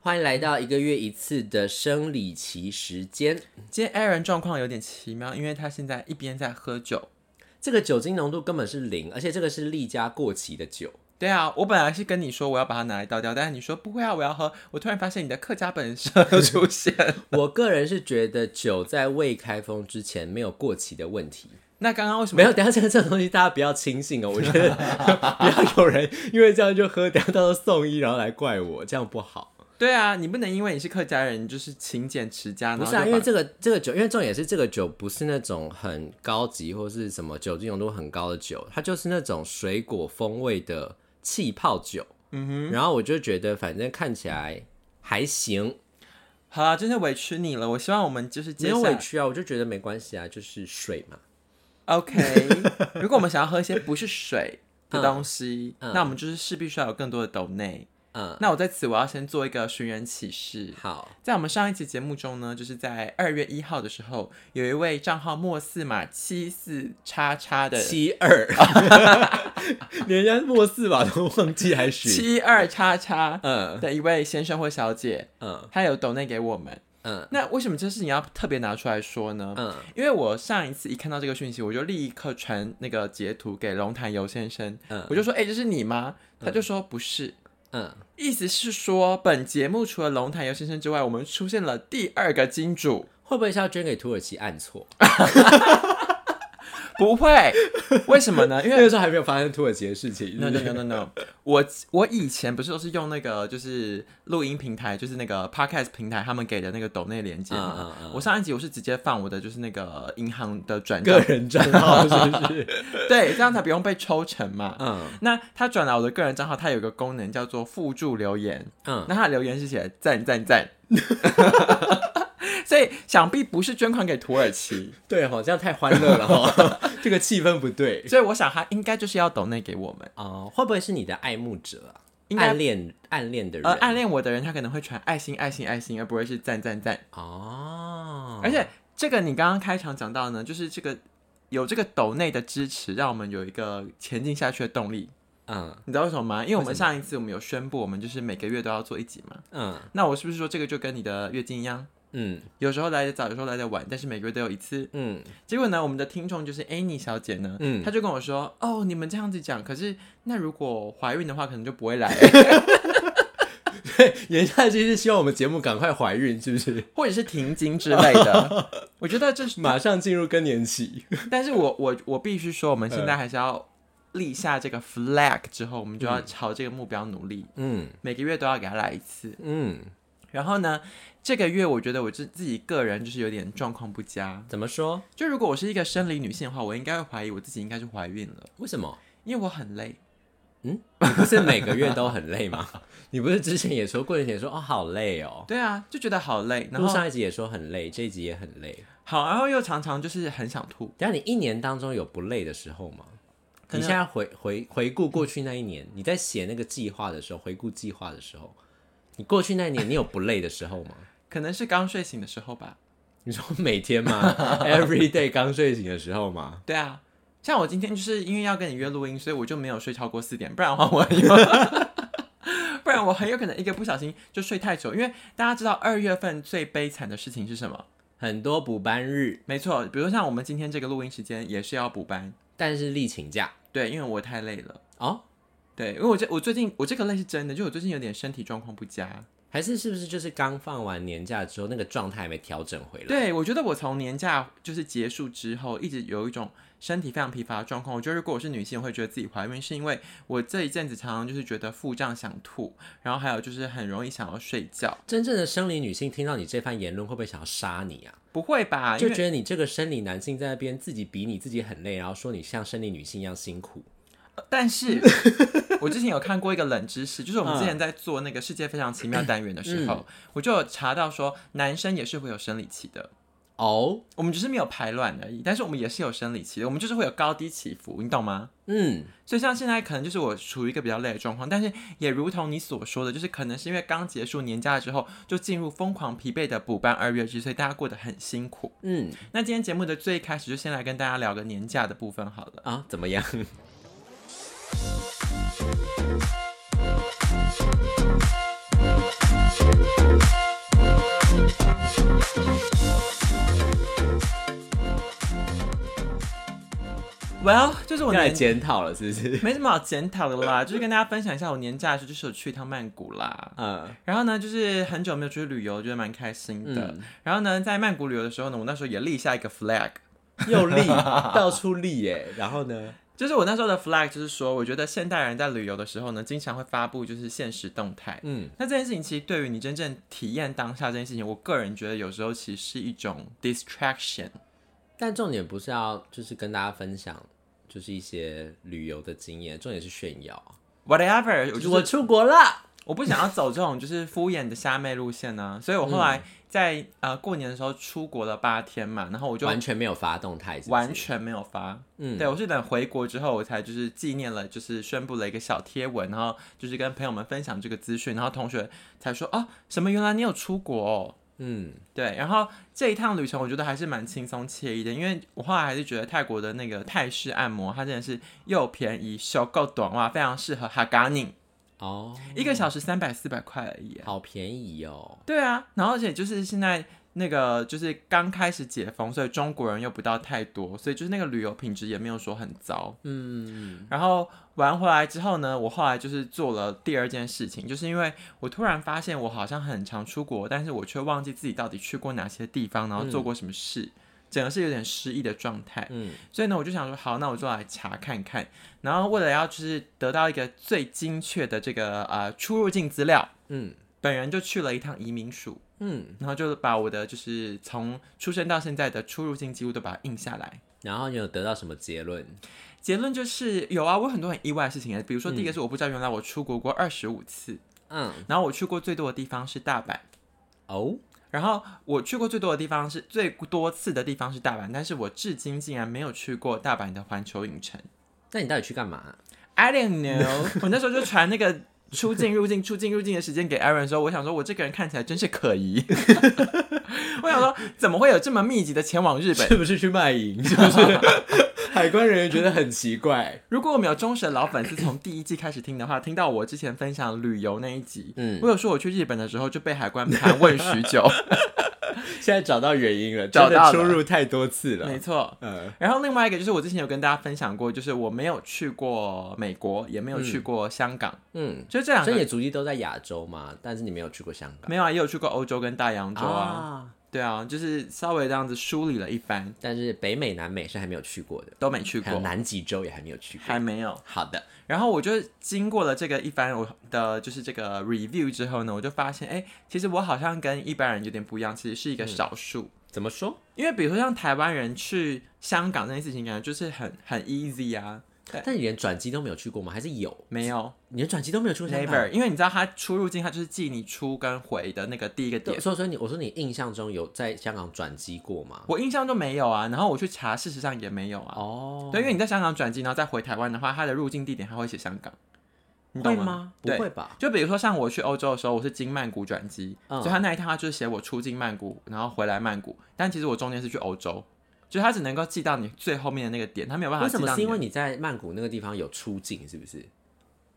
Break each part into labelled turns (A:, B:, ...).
A: 欢迎来到一个月一次的生理期时间。
B: 今天 Aaron 状况有点奇妙，因为他现在一边在喝酒。
A: 这个酒精浓度根本是零，而且这个是丽家过期的酒。
B: 对啊，我本来是跟你说我要把它拿来倒掉，但是你说不会啊，我要喝。我突然发现你的客家本色又出现。
A: 我个人是觉得酒在未开封之前没有过期的问题。
B: 那刚刚为什么
A: 没有，等一下这个这种东西大家不要轻信哦，我觉得 不要有人因为这样就喝，等一下到时候送医然后来怪我，这样不好。
B: 对啊，你不能因为你是客家人，你就是勤俭持家，
A: 不是
B: 然
A: 啊，
B: 后
A: 因为
B: 就把
A: 这个这个酒，因为重点是这个酒不是那种很高级或是什么酒精浓度很高的酒，它就是那种水果风味的气泡酒。嗯哼，然后我就觉得反正看起来还行，
B: 好啦，真的委屈你了。我希望我们就是
A: 没
B: 接下
A: 有委
B: 来
A: 屈啊，我就觉得没关系啊，就是水嘛。
B: OK。如果我们想要喝一些不是水的东西，
A: 嗯
B: 那我们就是势必需要有更多的斗内。
A: 嗯，
B: 那我在此我要先做一个寻人启事。
A: 好，
B: 在我们上一期节目中呢，就是在二月一号的时候，有一位账号末四码七四叉叉的
A: 七二， 连人家末四吧都忘记还许，
B: 七二叉叉
A: 嗯
B: 的一位先生或小姐，
A: 嗯
B: 他有抖内给我们。
A: 嗯
B: 那为什么这事情要特别拿出来说呢？
A: 嗯，
B: 因为我上一次一看到这个讯息，我就立刻传那个截图给龙潭游先生，
A: 嗯
B: 我就说：“哎、这是你吗？”他就说：“不是。”
A: 嗯，
B: 意思是说，本节目除了龙潭游先生之外，我们出现了第二个金主。
A: 会不会是要捐给土耳其按错？
B: 不会，为什么呢？因为
A: 那个时候还没有发生土耳其的事情，
B: no no no no no，我我以前不是都是用那个就是录音平台，就是那个 podcast 平台他们给的那个抖内连接嘛。
A: 嗯嗯嗯
B: 我上一集我是直接放我的就是那个银行的转
A: 个
B: 账，
A: 人账号是不是？
B: 对，这样才不用被抽成嘛。
A: 嗯
B: 那他转了我的个人账号，它有一个功能叫做附注留言，
A: 嗯，
B: 那他的留言是写赞赞赞， 所以想必不是捐款给土耳 其，
A: 对好这样太欢乐 了哈，这个气氛不对
B: 所以我想他应该就是要抖内给我们。
A: 哦、会不会是你的爱慕者啊？
B: 应该
A: 暗恋暗恋的人、
B: 而呃暗恋我的人，他可能会传爱心爱心爱心，而不会是赞赞赞。
A: 哦，
B: 而且这个你刚刚开场讲到呢，就是这个有这个抖内的支持，让我们有一个前进下去的动力。
A: 嗯
B: 你知道为什么吗？因为我们上一次我们有宣布，我们就是每个月都要做一集嘛。
A: 嗯
B: 那我是不是说这个就跟你的月经一样，
A: 嗯
B: 有时候来的早，有时候来的晚，但是每个月都有一次？
A: 嗯
B: 结果呢，我们的听众就是 Annie 小姐呢，
A: 嗯
B: 她就跟我说：“哦，你们这样子讲，可是那如果怀孕的话，可能就不会来，
A: 言下之意是希望我们节目赶快怀孕，是不是？
B: 或者是停经之类的。”我觉得这 是
A: 马上进入更年期，
B: 但是我我我必须说，我们现在还是要立下这个 flag 之后，我们就要朝这个目标努力，
A: 嗯
B: 每个月都要给他来一次。
A: 嗯，
B: 然后呢，这个月我觉得我自自己个人就是有点状况不佳。
A: 怎么说？
B: 就如果我是一个生理女性的话，我应该会怀疑我自己应该是怀孕了，
A: 为什么？
B: 因为我很累。
A: 你不是每个月都很累吗？ 你不是之前也说过年前说哦好累哦，
B: 对啊，就觉得好累，
A: 然
B: 然
A: 后
B: 后
A: 上一集也说很累，这一集也很累。
B: 好，然后又常常就是很想吐。
A: 等一下你一年当中有不累的时候吗？
B: 可
A: 你
B: 能
A: 现在回回回顾过去那一年，你在写那个计划的时候，回顾计划的时候，你过去那一年你有不累的时候 吗？
B: 可能是刚睡醒的时候吧。
A: 你说每天吗 ？Every day 刚睡醒的时候吗？
B: 对啊，像我今天就是因为要跟你约录音，所以我就没有睡超过四点，不然的话我很有， 不然我很有可能一个不小心就睡太久。因为大家知道二月份最悲惨的事情是什么？
A: 很多补班日，
B: 没错，比如像我们今天这个录音时间也是要补班，
A: 但是例请假
B: 对，因为我太累了。
A: 哦，
B: 对，因为我这我最近我这个累是真的，就我最近有点身体状况不佳。
A: 还是是不是就是刚放完年假之后那个状态还没调整回来？
B: 对，我觉得我从年假就是结束之后，一直有一种身体非常疲乏的状况。我觉得如果我是女性，我会觉得自己怀孕，是因为我这一阵子常常就是觉得腹胀想吐，然后还有就是很容易想要睡觉。
A: 真正的生理女性听到你这番言论，会不会想要杀你啊？
B: 不会吧？因
A: 就
B: 为
A: 觉得你这个生理男性在那边自己比你自己很累，然后说你像生理女性一样辛苦。
B: 但是我之前有看过一个冷知识，就是我们之
A: 嗯
B: 前在做那个世界非常奇妙单元的时候，我就有查到说男生也是会有生理期的。
A: 哦，
B: 我们只是没有排卵而已，但是我们也是有生理期的，我们就是会有高低起伏，你懂吗？
A: 嗯，
B: 所以像现在可能就是我处于一个比较累的状况，但是也如同你所说的，就是可能是因为刚结束年假之后，就进入疯狂疲惫的补班二月之，所以大家过得很辛苦。
A: 嗯
B: 那今天节目的最开始就先来跟大家聊个年假的部分好了。
A: 啊，怎么样？
B: Well，就是我
A: 要来
B: 年
A: 检讨了，是不是？
B: 没什么好检讨的啦，就是跟大家分享一下我年假的时候，就是有去一趟曼谷啦。
A: 嗯，
B: 然后呢，就是很久没有出去旅游，觉得蛮开心的。
A: 嗯
B: 然后呢，在曼谷旅游的时候呢，我那时候也立下一个 flag，
A: 又 立，到处立耶。然后呢？
B: 就是我那时候的 flag 就是说，我觉得现代人在旅游的时候呢，经常会发布就是现实动态。
A: 嗯，
B: 那这件事情其实对于你真正体验当下这件事情，我个人觉得有时候其实是一种 distraction。
A: 但重点不是要就是跟大家分享，就是一些旅游的经验，重点是炫耀啊。
B: Whatever，我
A: 就
B: 就是是
A: 我出国了，
B: 我不想要走这种就是敷衍的虾妹路线呢、所以我后来在、呃过年的时候出国了八天嘛，然后我就
A: 完全没有发动态，是不是
B: 完全没有发。
A: 嗯
B: 对我是等回国之后，我才就是纪念了，就是宣布了一个小贴文，然后就是跟朋友们分享这个资讯，然后同学才说啊，什么原来你有出国、哦。
A: 嗯
B: 对，然后这一趟旅程我觉得还是蛮轻松惬意的，因为我后来还是觉得泰国的那个泰式按摩，它真的是又便宜、修够短袜，非常适合哈嘎宁，
A: 哦，
B: 一个小时三百四百块而已耶。
A: 好便宜哦。
B: 对啊，然后而且就是现在那个就是刚开始解封，所以中国人又不到太多，所以就是那个旅游品质也没有说很糟。
A: 嗯，
B: 然后玩回来之后呢，我后来就是做了第二件事情，就是因为我突然发现我好像很常出国，但是我却忘记自己到底去过哪些地方，然后做过什么事，整个是有点失忆的状态。
A: 嗯，
B: 所以呢，我就想说，好，那我就来查看看。然后为了要就是得到一个最精确的这个呃出入境资料，
A: 嗯
B: 本人就去了一趟移民署，
A: 嗯，
B: 然后就把我的就是从出生到现在的出入境记录都把它印下来。
A: 然后你有得到什么结论？
B: 结论就是有啊，我有很多很意外的事情啊，比如说第一个是我不知道原来我出国过二十五次，
A: 嗯，
B: 然后我去过最多的地方是大阪，
A: 哦，
B: 然后我去过最多的地方是最多次的地方是大阪，但是我至今竟然没有去过大阪的环球影城。
A: 那你到底去干嘛？
B: I don't know，我那时候就传那个出境入境出境入境的时间给 Aaron 的时候，我想说我这个人看起来真是可疑， 我想说怎么会有这么密集的前往日 本？
A: 是不是去卖淫？是不是？ 海关人员觉得很奇怪。
B: 如果我们有忠实的老粉丝从第一季开始听的话，听到我之前分享旅游那一集，
A: 嗯
B: 我有说我去日本的时候就被海关盘问许久，
A: 现在找到原因了，
B: 找到了
A: 真的出入太多次
B: 没
A: 了。
B: 错。
A: 嗯
B: 然后另外一个就是我之前有跟大家分享过，就是我没有去过美国，也没有去过香港，
A: 嗯，
B: 就这两
A: 所以你
B: 个
A: 的足迹都在亚洲嘛，但是你没有去过香港。
B: 没有啊，也有去过欧洲跟大洋洲啊，
A: 啊，
B: 对啊，就是稍微这样子梳理了一番，
A: 但是北美、南美是还没有去过的，
B: 都没去
A: 还有
B: 过，
A: 南极洲也还没有去过。
B: 还没有。
A: 好的，
B: 然后我就经过了这个一番我的就是这个 review 之后呢，我就发现，哎，其实我好像跟一般人有点不一样，其实是
A: 嗯
B: 一个少数。
A: 怎么说？
B: 因为比如说像台湾人去香港这件事情，感觉就是很很 easy 啊。对，
A: 但你连转机都没有去过吗？还是有？
B: 没有
A: 你连转机都没有去过香港？
B: never，因为你知道他出入境，他就是记你出跟回的那个第一个
A: 对
B: 点。
A: 所以所以你我说你印象中有在香港转机过吗？
B: 我印象中没有啊，然后我去查，事实上也没有啊。
A: 哦，
B: 对，因为你在香港转机，然后再回台湾的话，它的入境地点还会写香港，你懂
A: 会吗？不
B: 对
A: 会吧？
B: 就比如说像我去欧洲的时候，我是经曼谷转机，
A: 嗯
B: 所以他那一趟他就是写我出境曼谷，然后回来曼谷，但其实我中间是去欧洲，就是他只能够记到你最后面的那个点，他没有办法
A: 为
B: 记
A: 什
B: 到你
A: 么？
B: 的。
A: 是因为你在曼谷那个地方有出境，是不是？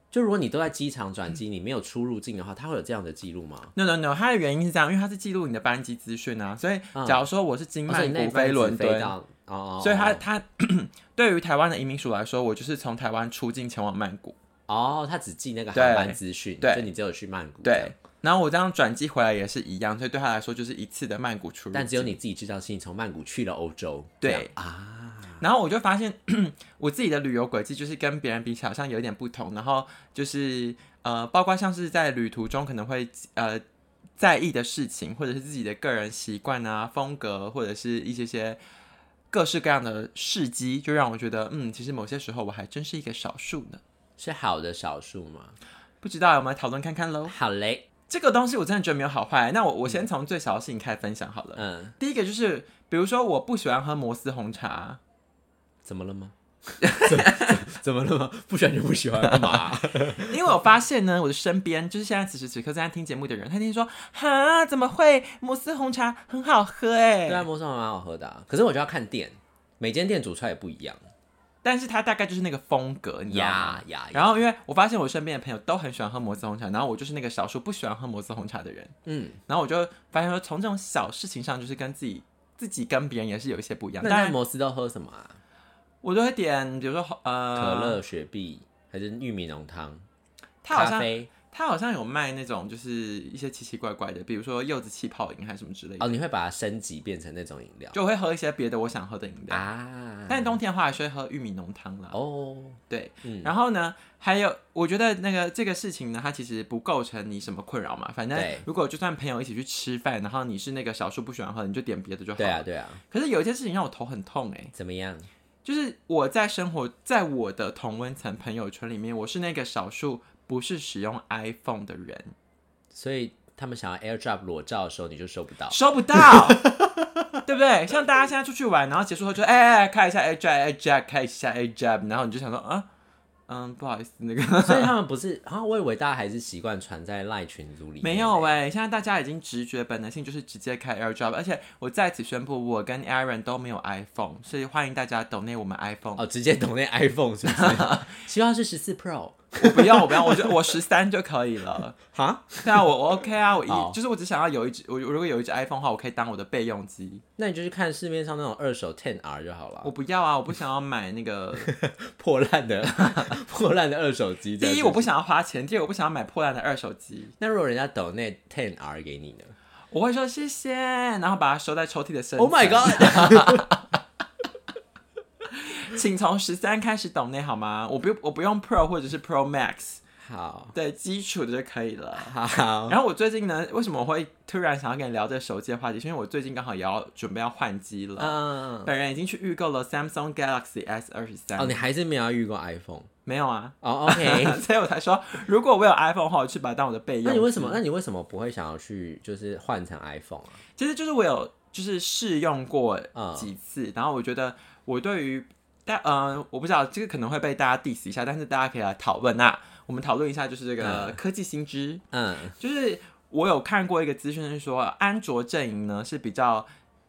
A: 就如果你都在机场转机，你没有出入境的话，它会有这样的记录吗？
B: No no no，它的原因是这样，因为它是记录你的班机资讯啊，所以
A: 嗯
B: 假如说我是经
A: 哦所以
B: 曼
A: 你那一
B: 谷
A: 班
B: 飞
A: 只
B: 伦
A: 飞
B: 敦，
A: 到哦哦，
B: 所以它
A: 它
B: 它 对于台湾的移民署来说，我就是从台湾出境前往曼谷，
A: 哦，它只记那个
B: 对
A: 航班资讯，
B: 对
A: 就你只有去曼谷，
B: 对，，然后我这样转机回来也是一样，所以对他来说就是一次的曼谷出入境，
A: 但只有你自己知道是你从曼谷去了欧洲，
B: 对
A: 这样啊，
B: 然后我就发现 我自己的旅游轨迹就是跟别人比起来好像有一点不同，然后就是呃，包括像是在旅途中可能会呃在意的事情，或者是自己的个人习惯啊、风格，或者是一些些各式各样的事迹，就让我觉得嗯，其实某些时候我还真是一个少数呢。
A: 是好的少数吗？
B: 不知道我们来讨论看看嗯喽。
A: 好嘞，
B: 这个东西我真的觉得没有好坏，那我我先从最小的事情开始分享好了。
A: 嗯，
B: 第一个就是，比如说我不喜欢喝摩斯红茶，
A: 怎么了吗？ 怎么怎么了吗？不喜欢就不喜欢，干 嘛？啊
B: 因为我发现呢，我的身边就是现在此时此刻正在听节目的人，他听说哈，怎么会摩斯红茶很好喝哎、
A: 对啊，摩斯蛮好喝的啊、可是我就要看店，每间店煮出来也不一样，
B: 但是它大概就是那个风格，你知道吗
A: 呀呀，呀
B: 然后因为我发现我身边的朋友都很喜欢喝摩斯红茶，然后我就是那个少数不喜欢喝摩斯红茶的人，
A: 嗯，
B: 然后我就发现说，从这种小事情上，就是跟自己自己跟别人也是有一些不一样。当
A: 那
B: 然，
A: 摩斯都喝什么啊？
B: 我都会点，比如说呃，
A: 可乐、雪碧还是玉米浓汤、
B: 它好
A: 咖
B: 像
A: 啡
B: 它好像有卖那种就是一些奇奇怪怪的，比如说柚子气泡饮还是什么之类的，
A: 哦，你会把它升级变成那种饮料
B: 就会喝一些别的我想喝的饮料。
A: 啊？
B: 但冬天的话，还是会喝玉米浓汤啦。
A: 哦，
B: 对，
A: 嗯
B: 然后呢，还有我觉得那个这个事情呢，它其实不构成你什么困扰嘛。反正
A: 对
B: 如果就算朋友一起去吃饭，然后你是那个少数不喜欢喝，你就点别的就好
A: 对
B: 了。
A: 啊，对啊，
B: 可是有一件事情让我头很痛哎、
A: 怎么样？
B: 就是我在生活在我的同温层朋友圈里面，我是那个少数不是使用 iPhone 的人，
A: 所以他们想要 AirDrop 裸照的时候，你哦就收不 到。
B: 收不到， 对不对？像大家现在出去玩，然后结束后就哎哎哎开一下 AirDrop AirDrop 开一下 AirDrop，然后你就想说啊嗯不好意思那个。
A: 所以他们不是，啊，我以为大家还是习惯传在赖群组里面。
B: 没有哎、现在大家已经直觉本能性就是直接开 AirDrop，而且我在此宣布，我跟 Aaron 都没有 iPhone，所以欢迎大家 d 内我们 iPhone。
A: 哦，直接懂那 iPhone 是不 是？希望是十四 Pro
B: 我不 要，我不要，我就我十三就可以了。
A: 哈？
B: 对啊，我我 OK 啊，我
A: 好
B: 一就是我只想要有一只，我我如果有一只 iPhone 的话，我可以当我的备用机。
A: 那你就去看市面上那种二手 Ten R 就好
B: 我
A: 了，
B: 不要啊，我不想要买那个。
A: 破烂 的破烂的二手机这样子。
B: 第一，我不想要花钱；第二，我不想要买破烂的二手机。
A: 那如果人家抖那 Ten R 给你呢
B: 我会说谢谢，然后把它收在抽屉的深层。
A: ？Oh my god！
B: 请从十三开始懂内好吗？我不我不用 Pro 或者是 Pro Max，
A: 好嗯
B: 对基础的就可以了。
A: 好，
B: 然后我最近呢，为什么我会突然想要跟你聊这个手机的话题？是因为我最近刚好也要准备要换机了。
A: 嗯，
B: 本人已经去预购了 Samsung Galaxy S 二十
A: 哦，
B: 三
A: 你，还是没有要预购 iPhone
B: 没有啊，
A: 哦？OK，
B: 所以我才说，如果我有 iPhone 的话，我去把它当我的备用。
A: 那你为什么？？那你为什么不会想要去就是换成 iPhone 啊？
B: 其实就是我有就是试用过
A: 嗯
B: 几次，然后我觉得我对于但嗯、我不知道这个可能会被大家 diss 一下，但是大家可以来讨论啊。我们讨论一下，就是这个科技新知。
A: 嗯，
B: 就是我有看过一个资讯是说，安卓阵营呢是比较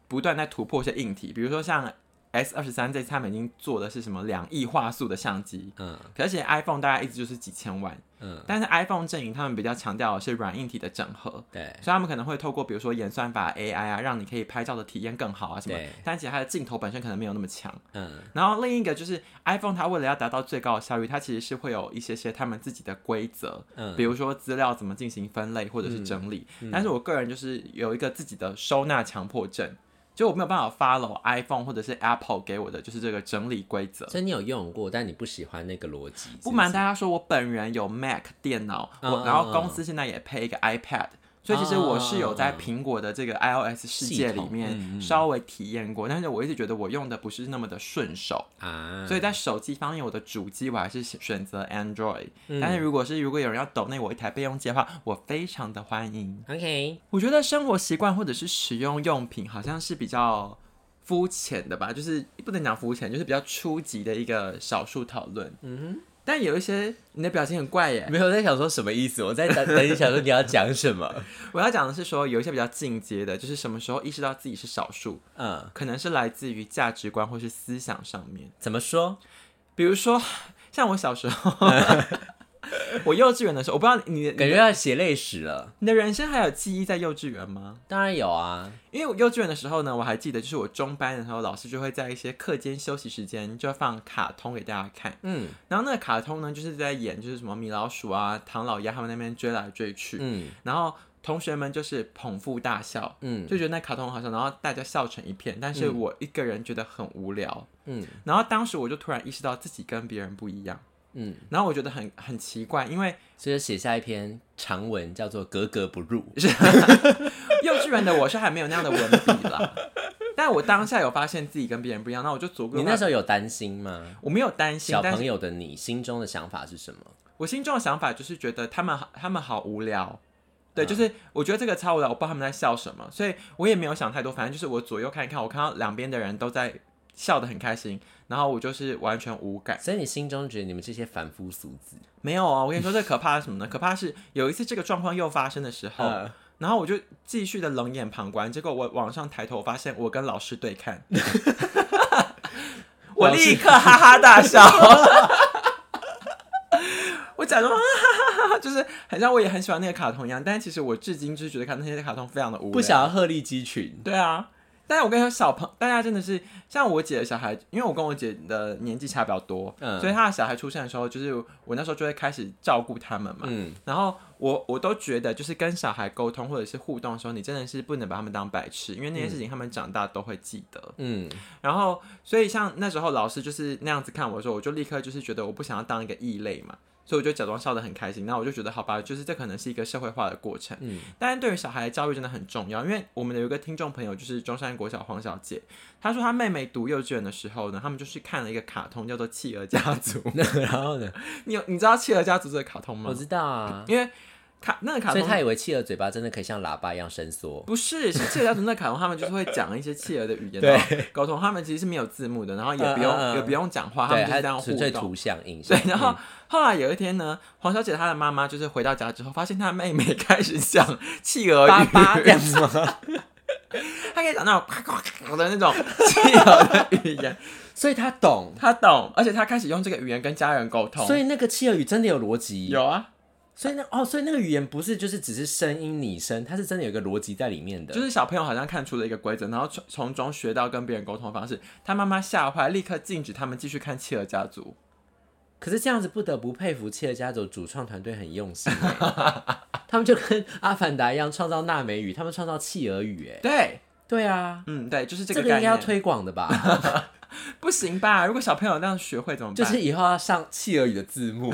B: 不断在突破一些硬体，比如说像 S 二十三这次他们已经做的是什么两亿画素的相机，
A: 嗯，
B: 可是其实 iPhone 大概一直就是几千万，
A: 嗯，
B: 但是 iPhone 阵营他们比较强调的是软硬体的整合。
A: 对
B: 所以他们可能会透过比如说演算法 AI 啊，让你可以拍照的体验更好啊什么
A: 对，
B: 但其实它的镜头本身可能没有那么强。
A: 嗯
B: 然后另一个就是 iPhone，它为了要达到最高的效率，它其实是会有一些些他们自己的规则，
A: 嗯
B: 比如说资料怎么进行分类或者是整理。但是我个人就是有一个自己的收纳强迫症，就我没有办法 follow iPhone 或者是 Apple 给我的就是这个整理规则。
A: 所以你有用过，但你不喜欢那个逻辑。
B: 不瞒大家说，我本人有 Mac 电脑，
A: 嗯
B: 我
A: 嗯
B: 然后
A: 嗯
B: 公司现在也配一个 iPad，所以其实我是有在苹果的这个 iOS 世界里
A: 嗯系嗯
B: 面稍微体验过，但是我一直觉得我用的不是那么的顺手。
A: 是不是啊，
B: 所
A: 以
B: 以在手机方面，我的主机我还是选选择 Android、但是如果是如果有人要抖内我一台备用机的话，我非常的欢迎。
A: OK，
B: 我觉得生活习惯或者是使用用品好像是比较肤浅的吧，就是不能讲肤浅，就是比较初级的一个少数讨论。嗯哼。但有一些你的表情很怪耶，
A: 没有我在想说什么意思，我在等 等你想说你要讲什么。
B: 我要讲的是说有一些比较进阶的，就是什么时候意识到自己是少数，
A: 嗯，
B: 可能是来自于价值观或是思想上面。
A: 怎么说？
B: 比如说，像我小时候，我幼稚园的时候，我不知道你
A: 感
B: 你
A: 觉要血泪史了。
B: 你的人生还有记忆在幼稚园吗？
A: 当然有啊，
B: 因为我幼稚园的时候呢，我还记得，就是我中班的时候，老师就会在一些课间休息时间就放卡通给大家看。
A: 嗯
B: 然后那个卡通呢，就是在演就是什么米老鼠啊、唐老鸭他们那边追来追去，
A: 嗯
B: 然后同学们就是捧腹大笑，
A: 嗯
B: 就觉得那卡通好笑，然后大家笑成一片。但是我一个人觉得很无聊，
A: 嗯
B: 然后当时我就突然意识到自己跟别人不一样。
A: 嗯，
B: 然后我觉得很很奇怪，因为
A: 所以就写下一篇长文，叫做《格格不入》。
B: 幼稚园的我是还没有那样的文笔啦， 但我当下有发现自己跟别人不一样，那我就左顾
A: 你
B: 右
A: 那
B: 盼。
A: 时候有担心吗？
B: 我没有担心
A: 小，
B: 但
A: 朋
B: 是
A: 友的你心中的想法是什么？
B: 我心中的想法就是觉得他们好他们好无聊，
A: 嗯
B: 对，就是我觉得这个超无聊，我不知道他们在笑什么，所以我也没有想太多，反正就是我左右看一看，我看到两边的人都在笑得很开心，然后我就是完全无感。
A: 所以你心中觉得你们这些凡夫俗子，
B: 没有啊、我跟你说这可怕的是什么呢？可怕是有一次这个状况又发生的时候，
A: 嗯
B: 然后我就继续的冷眼旁观，结果我往上抬头，我发现我跟老师对看，我立刻哈哈大笑，我假装啊哈哈哈哈，就是很像我也很喜欢那个卡通一样，但是其实我至今就是觉得看那些卡通非常的无聊，
A: 不想要鹤立鸡群。
B: 对啊，但是我跟你说，小朋大家真的是像我姐的小孩，因为我跟我姐的年纪差比较多，
A: 嗯
B: 所以她的小孩出生的时候，就是我那时候就会开始照顾他们嘛。
A: 嗯，
B: 然后我我都觉得，就是跟小孩沟通或者是互动的时候，你真的是不能把他们当白痴，因为那些事情他们长大都会记得。
A: 嗯，
B: 然后，所以像那时候老师就是那样子看我的时候，我就立刻就是觉得我不想要当一个异类嘛，所以我就假装笑得很开心。那我就觉得好吧，就是这可能是一个社会化的过程。
A: 嗯，。
B: 但是对于小孩的教育真的很重要，因为我们有一个听众朋友就是中山国小黄小姐，她说她妹妹读幼稚园的时候呢，他们就是看了一个卡通叫做《企鹅家族》
A: 然后呢？
B: 你有你知道《企鹅家族》这个卡通吗
A: 我？知道啊，
B: 因为卡那个卡
A: 所以
B: 通
A: 他以为企鹅嘴巴真的可以像喇叭一样伸缩。
B: 不是，是企鹅家族那卡通，他们就是会讲一些企鹅的语 言，
A: 对
B: 然后沟通。他们其实是没有字幕的，然后也不用、
A: 嗯嗯嗯
B: 也不用讲话，他
A: 对，
B: 们就是这
A: 他
B: 样互
A: 纯粹
B: 动。
A: 图像印象嗯
B: 对，。然后后来有一天呢，黄小姐她的妈妈就是回到家之后，发现她妹妹 开始讲企鹅
A: 巴
B: 语，
A: 巴这样子吗？
B: 她可以讲那种咔咔咔的那种企鹅的语言，
A: 所以他懂，
B: 她懂，而且她开始用这个语言跟家人沟通。
A: 所以那个企鹅语真的有逻辑。
B: 有啊，
A: 所以那哦，所以那个语言不是就是只是声音拟声，它是真的有一个逻辑在里面的。
B: 就是小朋友好像看出了一个规则，然后从从中学到跟别人沟通的方式。她妈妈吓坏，立刻禁止他们继续看企鹅家族。
A: 可是这样子不得不佩服企鹅家族主创团队很用心 欸，他们就跟阿凡达一样创造纳美语，他们创造企鹅语，哎，
B: 对，
A: 对啊，
B: 嗯，对，就是这
A: 这
B: 个
A: 个
B: 概
A: 应
B: 念。
A: 该要推广的吧？
B: 不行吧？如果小朋友那样学会怎么办？
A: 就是以后要上企鹅语的字 幕，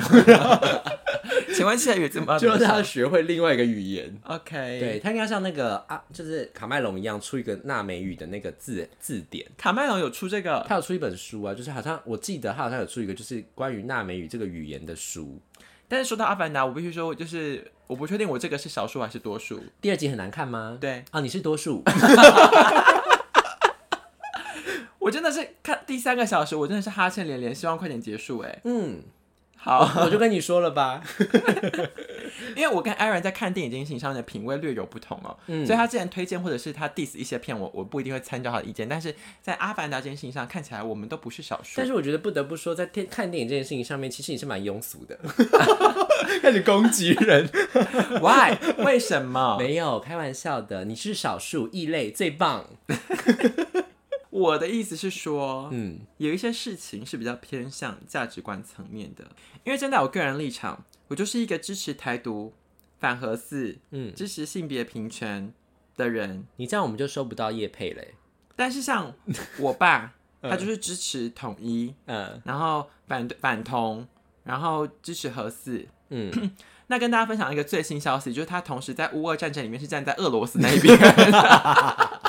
B: 请问现在有 怎么
A: 就让他
B: 上
A: 学会另外一个语言。
B: ？OK，
A: 对，他应该像那个啊，就是卡麦隆一样出一个纳美语的那个字字典。
B: 卡麦隆有出这个，
A: 他有出一本书啊，就是好像我记得他好像有出一个就是关于纳美语这个语言的书。
B: 但是说到阿凡达，我必须说，就是我不确定我这个是少数还是多数。
A: 第二集很难看吗？
B: 对
A: 啊，你是多 数。
B: 我真的是看第三个小时，我真的是哈欠连连，希望快点结束、哎，
A: 嗯，
B: 好，
A: 我就跟你说了吧。
B: 因为我跟艾 n 在看电影这件事情上面的品味略有不同哦，
A: 嗯
B: 所以他之前推荐或者是他 diss 一些片，我我不一定会参照他的意见，但是在阿凡达这件事情上，看起来我们都不是少数
A: 但。是我觉得不得不说，在电看电影这件事情上面，其实你是蛮庸俗的， 开始攻击人。
B: Why？为什么？
A: 没有开玩笑的，你是少数异类，最棒。
B: 我的意思是说，
A: 嗯，
B: 有一些事情是比较偏向价值观层面的，因为站在我个人立场，我就是一个支持台独、反核四、
A: 嗯
B: 支持性别平权的人。
A: 你这样我们就收不到叶配嘞。
B: 但是像我爸， 他就是支持统一，
A: 嗯
B: 然后反对反同，然后支持核四。
A: 嗯，
B: 那跟大家分享一个最新消息，就是他同时在乌俄战争里面是站在俄罗斯那一边。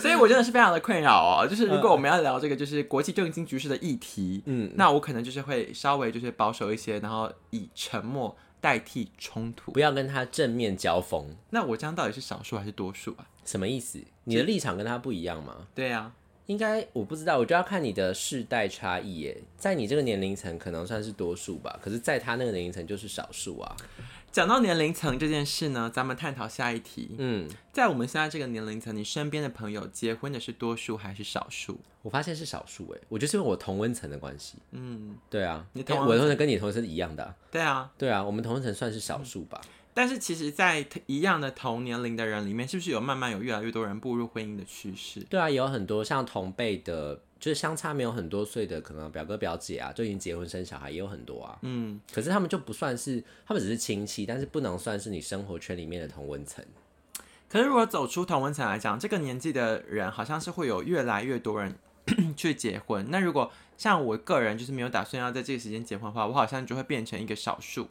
B: 所以，我真的是非常的困扰哦。就是如果我们要聊这个，就是国际政经局势的议题，
A: 嗯，
B: 那我可能就是会稍微就是保守一些，然后以沉默代替冲突。
A: 不要跟他正面交锋，
B: 那我这样到底是少数还是多数啊？
A: 什么意思？你的立场跟他不一样吗？
B: 对啊，
A: 应该我不知道，我就要看你的世代差异耶。在你这个年龄层可能算是多数吧，可是在他那个年龄层就是少数啊。
B: 讲到年龄层这件事呢，咱们探讨下一题。
A: 嗯，
B: 在我们现在这个年龄层，你身边的朋友结婚的是多数还是少数？
A: 我发现是少数哎，我就是因为我同温层的关系。
B: 嗯，
A: 对啊，
B: 你
A: 因
B: 同
A: 为
B: 温
A: 我的同温层跟你的同温层是一样的啊、
B: 对啊。
A: 对啊，我们同温层算是少数吧。
B: 但是其实，在一样的同年龄的人里面，是不是有慢慢有越来越多人步入婚姻的趋势？
A: 对啊，也有很多像同辈的，就是相差没有很多岁的，可能表哥表姐啊，就已经结婚生小孩，也有很多啊。
B: 嗯，
A: 可是他们就不算是，他们只是亲戚，但是不能算是你生活圈里面的同温层。
B: 可是如果走出同温层来讲，这个年纪的人好像是会有越来越多人 去结婚。那如果像我个人就是没有打算要在这个时间结婚的话，我好像就会变成一个少数。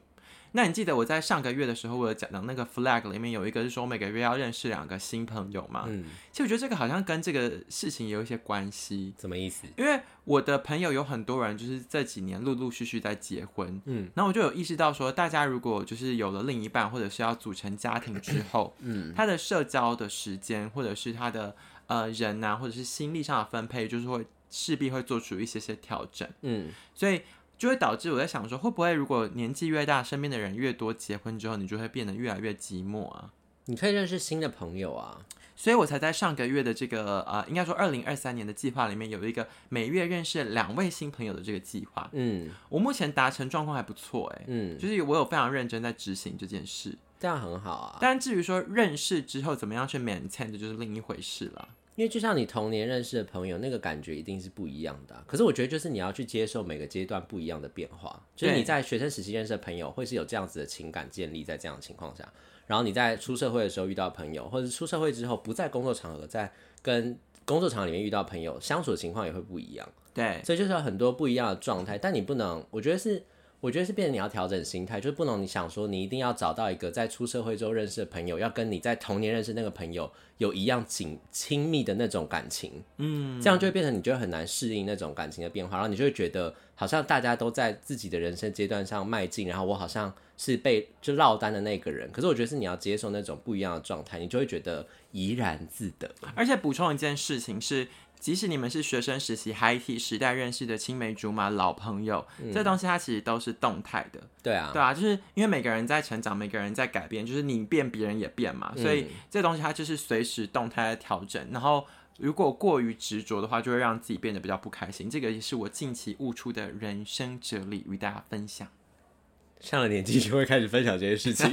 B: 那你记得我在上个月的时候，我有讲到那个 flag 里面有一个是说每个月要认识两个新朋友嘛？
A: 嗯，
B: 其实我觉得这个好像跟这个事情有一些关系。
A: 什么意思？
B: 因为我的朋友有很多人，就是这几年陆陆续续在结婚，嗯，然后我就有意识到说，大家如果就是有了另一半，或者是要组成家庭之后，嗯，他的社交的时间，或者是他的呃人呐、或者是心力上的分配，就是会势必会做出一些些调整，
A: 嗯，
B: 所以就会导致我在想说，会不会如果年纪越大，身边的人越多，结婚之后，你就会变得越来越寂寞啊？
A: 你可以认识新的朋友啊。
B: 所以我才在上个月的这个呃，应该说二零二三年的计划里面有一个每月认识两位新朋友的这个计划，
A: 嗯
B: 我目前达成状况还不错哎、
A: 嗯，
B: 就是我有非常认真在执行这件事，
A: 这样很好啊。
B: 但至于说认识之后怎么样去 maintain，这就是另一回事了。
A: 因为就像你童年认识的朋友，那个感觉一定是不一样的啊、可是我觉得就是你要去接受每个阶段不一样的变化，就是
B: 对
A: 你在学生时期认识的朋友会是有这样子的情感建立在这样的情况下，然后你在出社会的时候遇到朋友，或者是出社会之后不在工作场合，在跟工作场里面遇到朋友相处的情况也会不一样，
B: 对，
A: 所以就是有很多不一样的状态，但你不能，我觉得是。我觉得是变成你要调整心态，就是不能你想说你一定要找到一个在出社会之后认识的朋友，要跟你在童年认识那个朋友有一样紧亲密的那种感情，
B: 嗯，
A: 这样就会变成你就会很难适应那种感情的变化，然后你就会觉得好像大家都在自己的人生阶段上迈进，然后我好像是被就落单的那个人。可是我觉得是你要接受那种不一样的状态，你就会觉得怡然自得。
B: 而且补充一件事情是，即使你们是学生时期、嗨 T 时代认识的青梅竹马老朋友，这东西它其实都是动态的，
A: 对啊，
B: 对啊，就是因为每个人在成长，每个人在改变，就是你变，别人也变嘛，
A: 嗯
B: 所以这东西它就是随时动态的调整，然后。如果过于执着的话，就会让自己变得比较不开心。这个也是我近期悟出的人生哲理，与大家分享。
A: 上了年纪就会开始分享这些事情。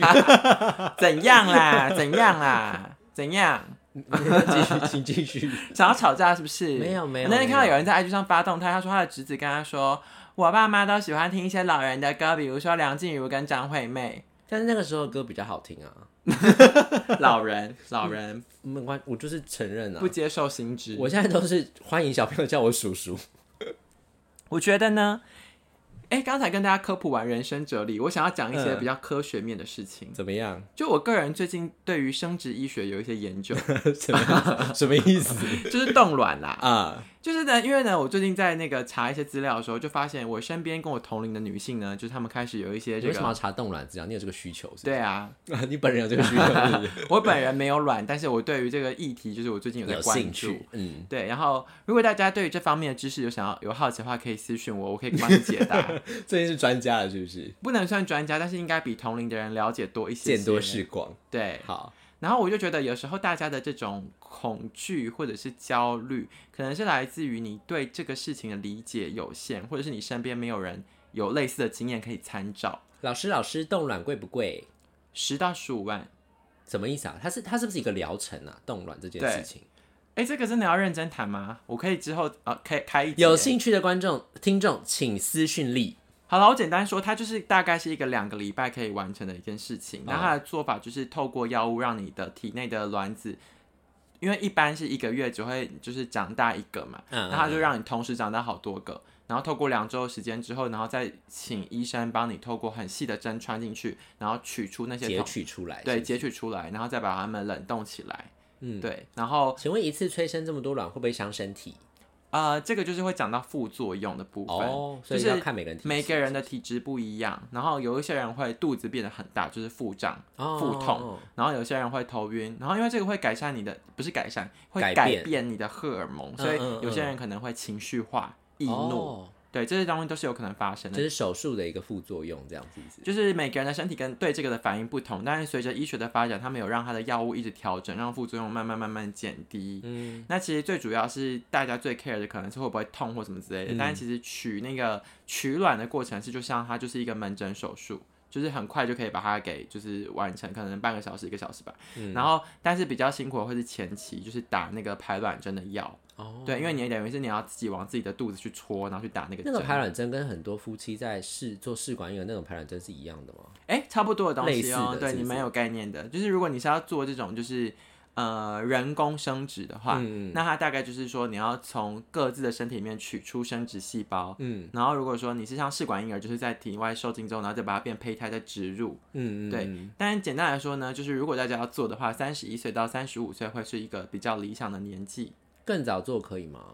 B: 怎样啦？怎样啦？怎样？
A: 继续，请继续。
B: 想要吵架是不是？
A: 没有没有
B: 我那天看到
A: 没有
B: 有人在 IG 上发动态，他说他的侄子跟他说，我爸妈都喜欢听一些老人的歌，比如说梁静茹跟张惠妹。
A: 但是那个时候的歌比较好听啊，
B: 老人，老人
A: 没关，我就是承认啊
B: 不。接受新知。
A: 我现在都是欢迎小朋友叫我叔叔。
B: 我觉得呢，哎，刚才跟大家科普完人生哲理，我想要讲一些
A: 嗯
B: 比较科学面的事情。
A: 怎么样？
B: 就我个人最近对于生殖医学有一些研究，
A: 什么 样什么意思
B: 就是冻卵啦。
A: 啊？
B: 就是呢，因为呢，我最近在那个查一些资料的时候，就发现我身边跟我同龄的女性呢，就是她们开始有一些
A: 你
B: 这
A: 为什么
B: 个。
A: 要查冻卵资料？你有这个需求是不
B: 对啊，
A: 是？啊，你本人有这个需求是不是？
B: 我本人没有卵，但是我对于这个议题，就是我最近有在
A: 有
B: 关
A: 兴
B: 注
A: 趣。，嗯，
B: 对，然后如果大家对于这方面的知识有想要有好奇的话，可以私信我，我可以帮你解 答。
A: 最近是专家了，是不是？
B: 不能算专家，但是应该比同龄的人了解多一些些。
A: 见多识广，
B: 对，
A: 好，
B: 然后我就觉得有时候大家的这种恐惧或者是焦虑，可能是来自于你对这个事情的理解有限，或者是你身边没有人有类似的经验可以参照。
A: 老师，老师，冻卵贵不贵？
B: 十到十五万，
A: 什么意思啊？它是它是不是一个疗程啊？冻卵这件
B: 对
A: 事情，
B: 哎，这个真的要认真谈吗？我可以之后呃开开一集
A: 有
B: 欸
A: 兴趣的观众听众请私讯力。
B: 好了，我简单说，它就是大概是一个两个礼拜可以完成的一件事情。
A: 嗯
B: 那它的做法就是透过药物让你的体内的卵子，因为一般是一个月只会就是长大一个嘛，
A: 嗯
B: 那它就让你同时长大好多个。然后透过两周的时间之后，然后再请医生帮你透过很细的针穿进去，然后取出那些
A: 截
B: 同
A: 取出来，
B: 对
A: 是不是
B: 截取出来，然后再把它们冷冻起来。
A: 嗯
B: 对，然后
A: 请问一次催生这么多卵会不会伤身体？
B: 呃，这个就是会讲到副作用的部分，
A: 哦，所
B: 就
A: 以
B: 是
A: 要看每个人体质
B: 每个人的体质不一样，然后有一些人会肚子变得很大，就是腹胀、
A: 哦
B: 腹痛，然后有些人会头晕，然后因为这个会改善你的，不是改善，会
A: 改
B: 改
A: 变
B: 变你的荷尔蒙，所以
A: 嗯嗯
B: 有些人可能会情绪化、易怒，
A: 哦
B: 对，这些东西都是有可能发生
A: 这
B: 的。
A: 是手术的一个副作用，这样子是不是
B: 就是每个人的身体跟对这个的反应不同，但是随着医学的发展，他们有让他的药物一直调整，让副作用慢慢慢慢减低。
A: 嗯，
B: 那其实最主要是大家最 care 的可能是会不会痛或什么之类的，但是其实取那个取卵的过程是就像它就是一个门诊手术。就是很快就可以把它给就是完成，可能半个小时一个小时吧。
A: 嗯
B: 然后，但是比较辛苦的会是前期，就是打那个排卵针的药。
A: 哦，
B: 对，因为你等于是你要自己往自己的肚子去戳，然后去打那个
A: 那
B: 针。
A: 个排卵针跟很多夫妻在试做试管婴儿那种排卵针是一样的吗？
B: 哎、差不多的东
A: 类
B: 西
A: 似
B: 哦、
A: 的
B: 对
A: 是
B: 你
A: 不
B: 蛮
A: 是
B: 有概念的。就是如果你是要做这种就是呃人工生殖的话，
A: 嗯
B: 那它大概就是说你要从各自的身体里面取出生殖细胞。
A: 嗯
B: 然后如果说你是像试管婴儿，就是在体外受精之后，然后再把它变胚胎再植入。
A: 嗯嗯，
B: 对
A: 嗯
B: 但简单来说呢，就是如果大家要做的话，三十一岁到三十五岁会是一个比较理想的年纪。
A: 更早做可以吗？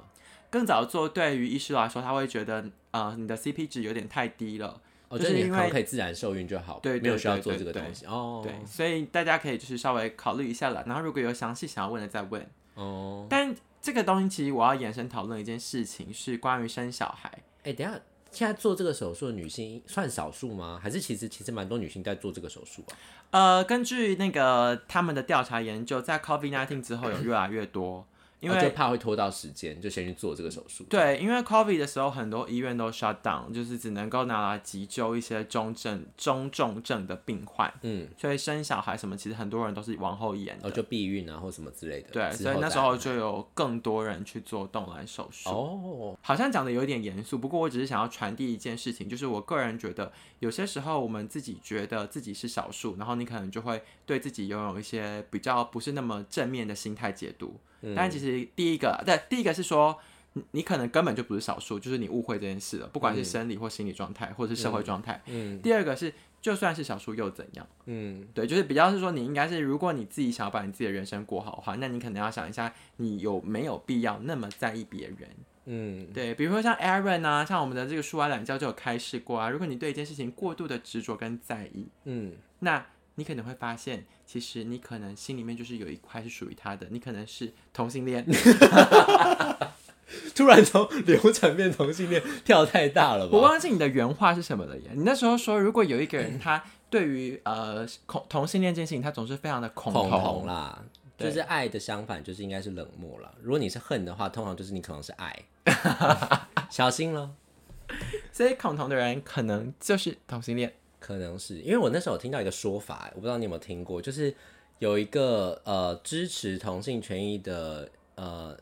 B: 更早做对于医师来说，他会觉得呃你的 CP 值有点太低了。
A: 哦，
B: 就
A: 就是你
B: 因
A: 可能
B: 为
A: 可以自然受孕就好，
B: 对
A: 没有
B: 对
A: 需要
B: 对
A: 做
B: 对
A: 这个
B: 对
A: 东西哦。
B: 对，所以大家可以就是稍微考虑一下啦。然后如果有详细想要问的再问。
A: 哦，
B: 但这个东西，其实我要延伸讨论一件事情，是关于生小孩。
A: 哎、等一下，现在做这个手术的女性算少数吗？还是其实其实蛮多女性在做这个手术啊？
B: 呃，根据那个他们的调查研究，在 COVID-19 之后有越来越多，因
A: 哦就
B: 为
A: 怕会拖到时间，就先去做这个手术。
B: 对，因为 COVID 的时候，很多医院都 shut down，就是只能够拿来急救一些中症、中重症的病患，
A: 嗯，
B: 所以生小孩什么，其实很多人都是往后延
A: 然后
B: 的。
A: 就避孕啊或什么之类的。
B: 对，
A: 之
B: 所以
A: 后
B: 那
A: 再
B: 时候
A: 安排
B: 就有更多人去做动卵手术。
A: 哦，
B: 好像讲的有点严肃，不过我只是想要传递一件事情，就是我个人觉得，有些时候我们自己觉得自己是少数，然后你可能就会对自己拥有一些比较不是那么正面的心态解读。但
A: 嗯
B: 其实第一个，对，第一个是说。你你可能根本就不是少数，就是你误会这件事了，不管是生理或心理状态，或是社会状态。
A: 嗯
B: 第二个是，就算是少数又怎样？
A: 嗯，
B: 对，就是比较是说，你应该是，如果你自己想要把你自己的人生过好的话，那你可能要想一下，你有没有必要那么在意别人？
A: 嗯，
B: 对，比如说像 Aaron 啊，像我们的这个舒安懒觉就有开示过啊。如果你对一件事情过度的执着跟在意，
A: 嗯，
B: 那你可能会发现，其实你可能心里面就是有一块是属于他的，你可能是同性恋。
A: 突然从流产变同性恋跳太大了
B: 我
A: 吧？
B: 忘记你的原话是什么了耶。你那时候说，如果有一个人他对于呃恐同性恋这件事情，他总是非常的恐
A: 恐
B: 同，
A: 同啦，
B: 对
A: 就是爱的相反，就是应该是冷漠啦。如果你是恨的话，通常就是你可能是 爱，小心咯，
B: 所以恐同的人可能就是同性恋。
A: 可能是因为我那时候有听到一个说法，我不知道你有没有听过，就是有一个呃支持同性权益的呃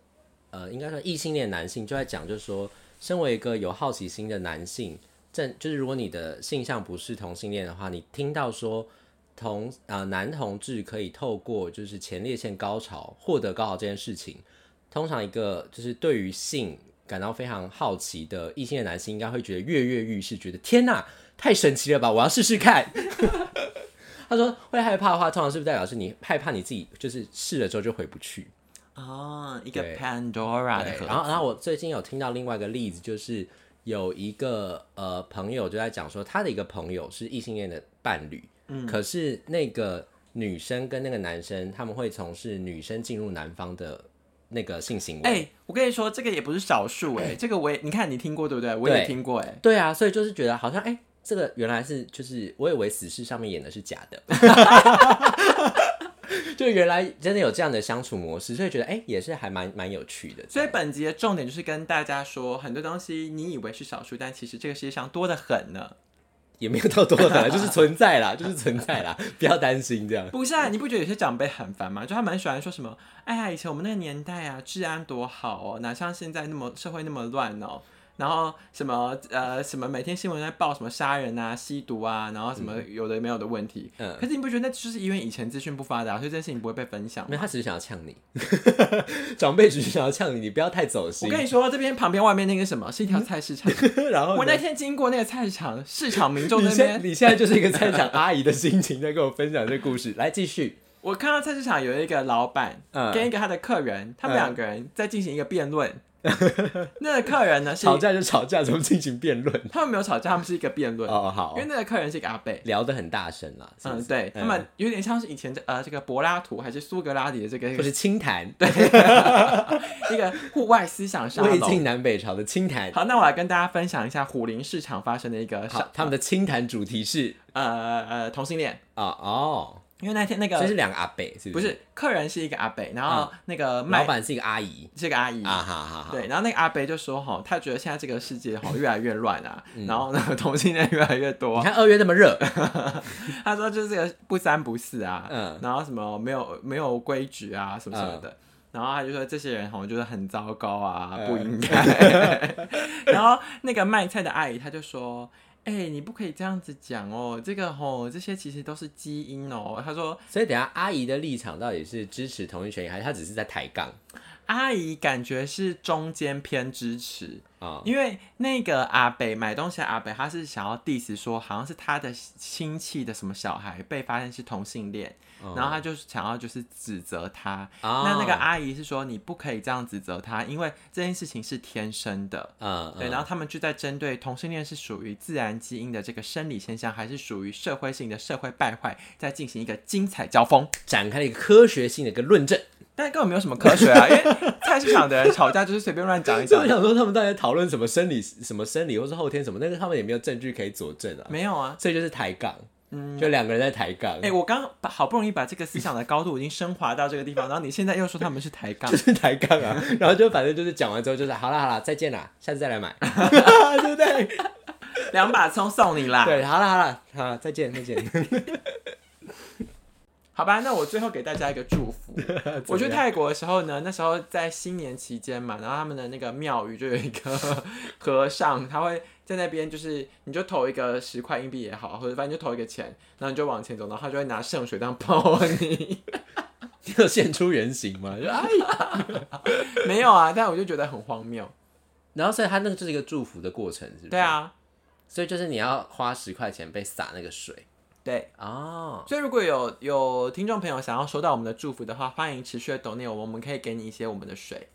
A: 呃，应该说异性恋男性就在讲，就是说，身为一个有好奇心的男性，正就是如果你的性向不是同性恋的话，你听到说同呃男同志可以透过就是前列腺高潮获得高潮这件事情，通常一个就是对于性感到非常好奇的异性恋男性，应该会觉得跃跃欲试，觉得天呐，太神奇了吧，我要试试看。 他说会害怕的话，通常是不是代表是你害怕你自己就是试了之后就回不去？
B: 哦，一个
A: 对
B: Pandora 的
A: 对，
B: 盒
A: 然后然后我最近有听到另外一个例子，就是有一个呃朋友就在讲说，他的一个朋友是异性恋的伴侣，嗯，可是那个女生跟那个男生他们会从事女生进入男方的那个性行为。
B: 哎、我跟你说，这个也不是少数哎、这个我也，你看你听过对不对？我也
A: 对
B: 听过哎、
A: 对啊，所以就是觉得好像哎、这个原来是就是我以为死侍上面演的是假的， 就原来真的有这样的相处模式，所以觉得哎、也是还蛮蛮有趣的。
B: 所以本集的重点就是跟大家说，很多东西你以为是少数，但其实这个世界上多得很呢。
A: 也没有到多狠啦，啊就是存在啦，就是存在啦，不要担心这样。
B: 不是啊，你不觉得有些长辈很烦吗？就他们很喜欢说什么，哎呀，以前我们那个年代啊，治安多好哦，哪像现在那么社会那么乱哦。然后什么呃什么每天新闻在报什么杀人啊、吸毒啊，然后什么有的没有的问题。
A: 嗯
B: 可是你不觉得那就是因为以前资讯不发达，所以这件事情不会被分享
A: 没有，他只是想要呛你， 长辈只是想要呛你，你不要太走
B: 我
A: 心。
B: 跟你说，这边旁边外面那个什么是一
A: 嗯
B: 条菜 市场，
A: 然后
B: 我
A: 呢
B: 那天经过那个菜市场，市场民众
A: 哦你
B: 那
A: 现
B: 边，
A: 你现在就是一个菜场阿姨的心情在跟我分享这故事，来继续。
B: 我看到菜市场有一个老板
A: 嗯
B: 跟一个他的客人，他们
A: 嗯
B: 两个人在进行一个 辩论。那个客人呢是，
A: 吵架就吵架，怎么进行辩论？
B: 他们没有吵架，他们是一个辩论，
A: 哦，好
B: 因为，那个客人是一个阿贝。
A: 聊得很大声啦，是不
B: 嗯，
A: 是
B: 对他们有点像是以前这呃这个柏拉图还是苏格拉底的这个
A: 或是清谈，对，
B: 一个户外思想沙
A: 魏
B: 龙
A: 晋。南北朝的清谈。
B: 好，那我来跟大家分享一下虎林市场发生的一个
A: 好
B: 上，
A: 他们的清谈主题是
B: 呃呃同性恋，
A: 啊哦，
B: 因为那天那个
A: 这是两个阿北，是
B: 不
A: 是？
B: 是客人是一个阿北，然后那个卖
A: 嗯老板是一个阿姨
B: 是个阿姨。
A: 啊，哈哈哈。
B: 对，然后那个阿北就说哈，他觉得现在这个世界 哈越来越乱啊，然后呢同性恋越来越
A: 嗯你
B: 多。啊
A: 看二月那么热，
B: 他说就是这个不三不四啊，
A: 嗯
B: 然后什么没有没有规矩啊，什么什么的。然后他就说这些人哈就是很糟糕啊，
A: 嗯
B: 不 应该。然后那个卖菜的阿姨她就说。哎、你不可以这样子讲哦，这个吼，这些其实都是基因哦。她说，
A: 所以等一下阿姨的立场到底是支持同性权益，还是她只是在抬杠
B: 阿姨感觉是中间偏支持，
A: 啊？
B: 因为那个阿北买东西的阿北，他是想要 diss 说，好像是他的亲戚的什么小孩被发现是同性恋，然后他就是想要就是指责他。
A: 嗯啊
B: 那那个阿姨是说，你不可以这样指责他，因为这件事情是天生的。
A: 嗯，
B: 对，
A: 嗯
B: 然后他们就在针对同性恋是属于自然基因的这个生理现象，还是属于社会性的社会败坏，在进行一个精彩交锋。
A: 展开了一个科学性的一个论证。
B: 但根本没有什么科学啊，因为菜市场的人吵架就是随便乱讲一
A: 所以
B: 讲
A: 我，想说，他们到底在讨论什么生理、什么生理，或是后天什么，那个他们也没有证据可以佐证啊，嗯
B: 没有啊。
A: 所以就是抬杠。就两个人在抬杠，
B: 哎、我刚把好不容易把这个思想的高度已经升华到这个 地方，然后你现在又说他们是抬杠
A: 就，是抬杠啊。然后就反正就是讲完之后就是好啦好啦，再见啦，下次再来 买，对不 对？
B: 两把葱送你啦。
A: 对，好啦好啦，好再见再见。
B: 好吧，那我最后给大家一个 祝福。我去泰国的时候呢，那时候在新年期间嘛，然后他们的那个庙宇就有一个和尚，他会在那边就是，你就投一个十块硬币也好，或者反正就投一个钱，然后你就往前走，然后他就会拿圣水这样泼你。
A: 你有现出原形吗？就哎，
B: 没有啊，但我就觉得很荒谬。
A: 然后所以他那个就是一个祝福的过程，是不是？
B: 对，啊，
A: 所以就是你要花十块钱被洒那个水
B: 对。
A: 哦。
B: 所以如果有有听众朋友想要收到我们的祝福的话，欢迎持续的 donate 我们，我们可以给你一些我们的水。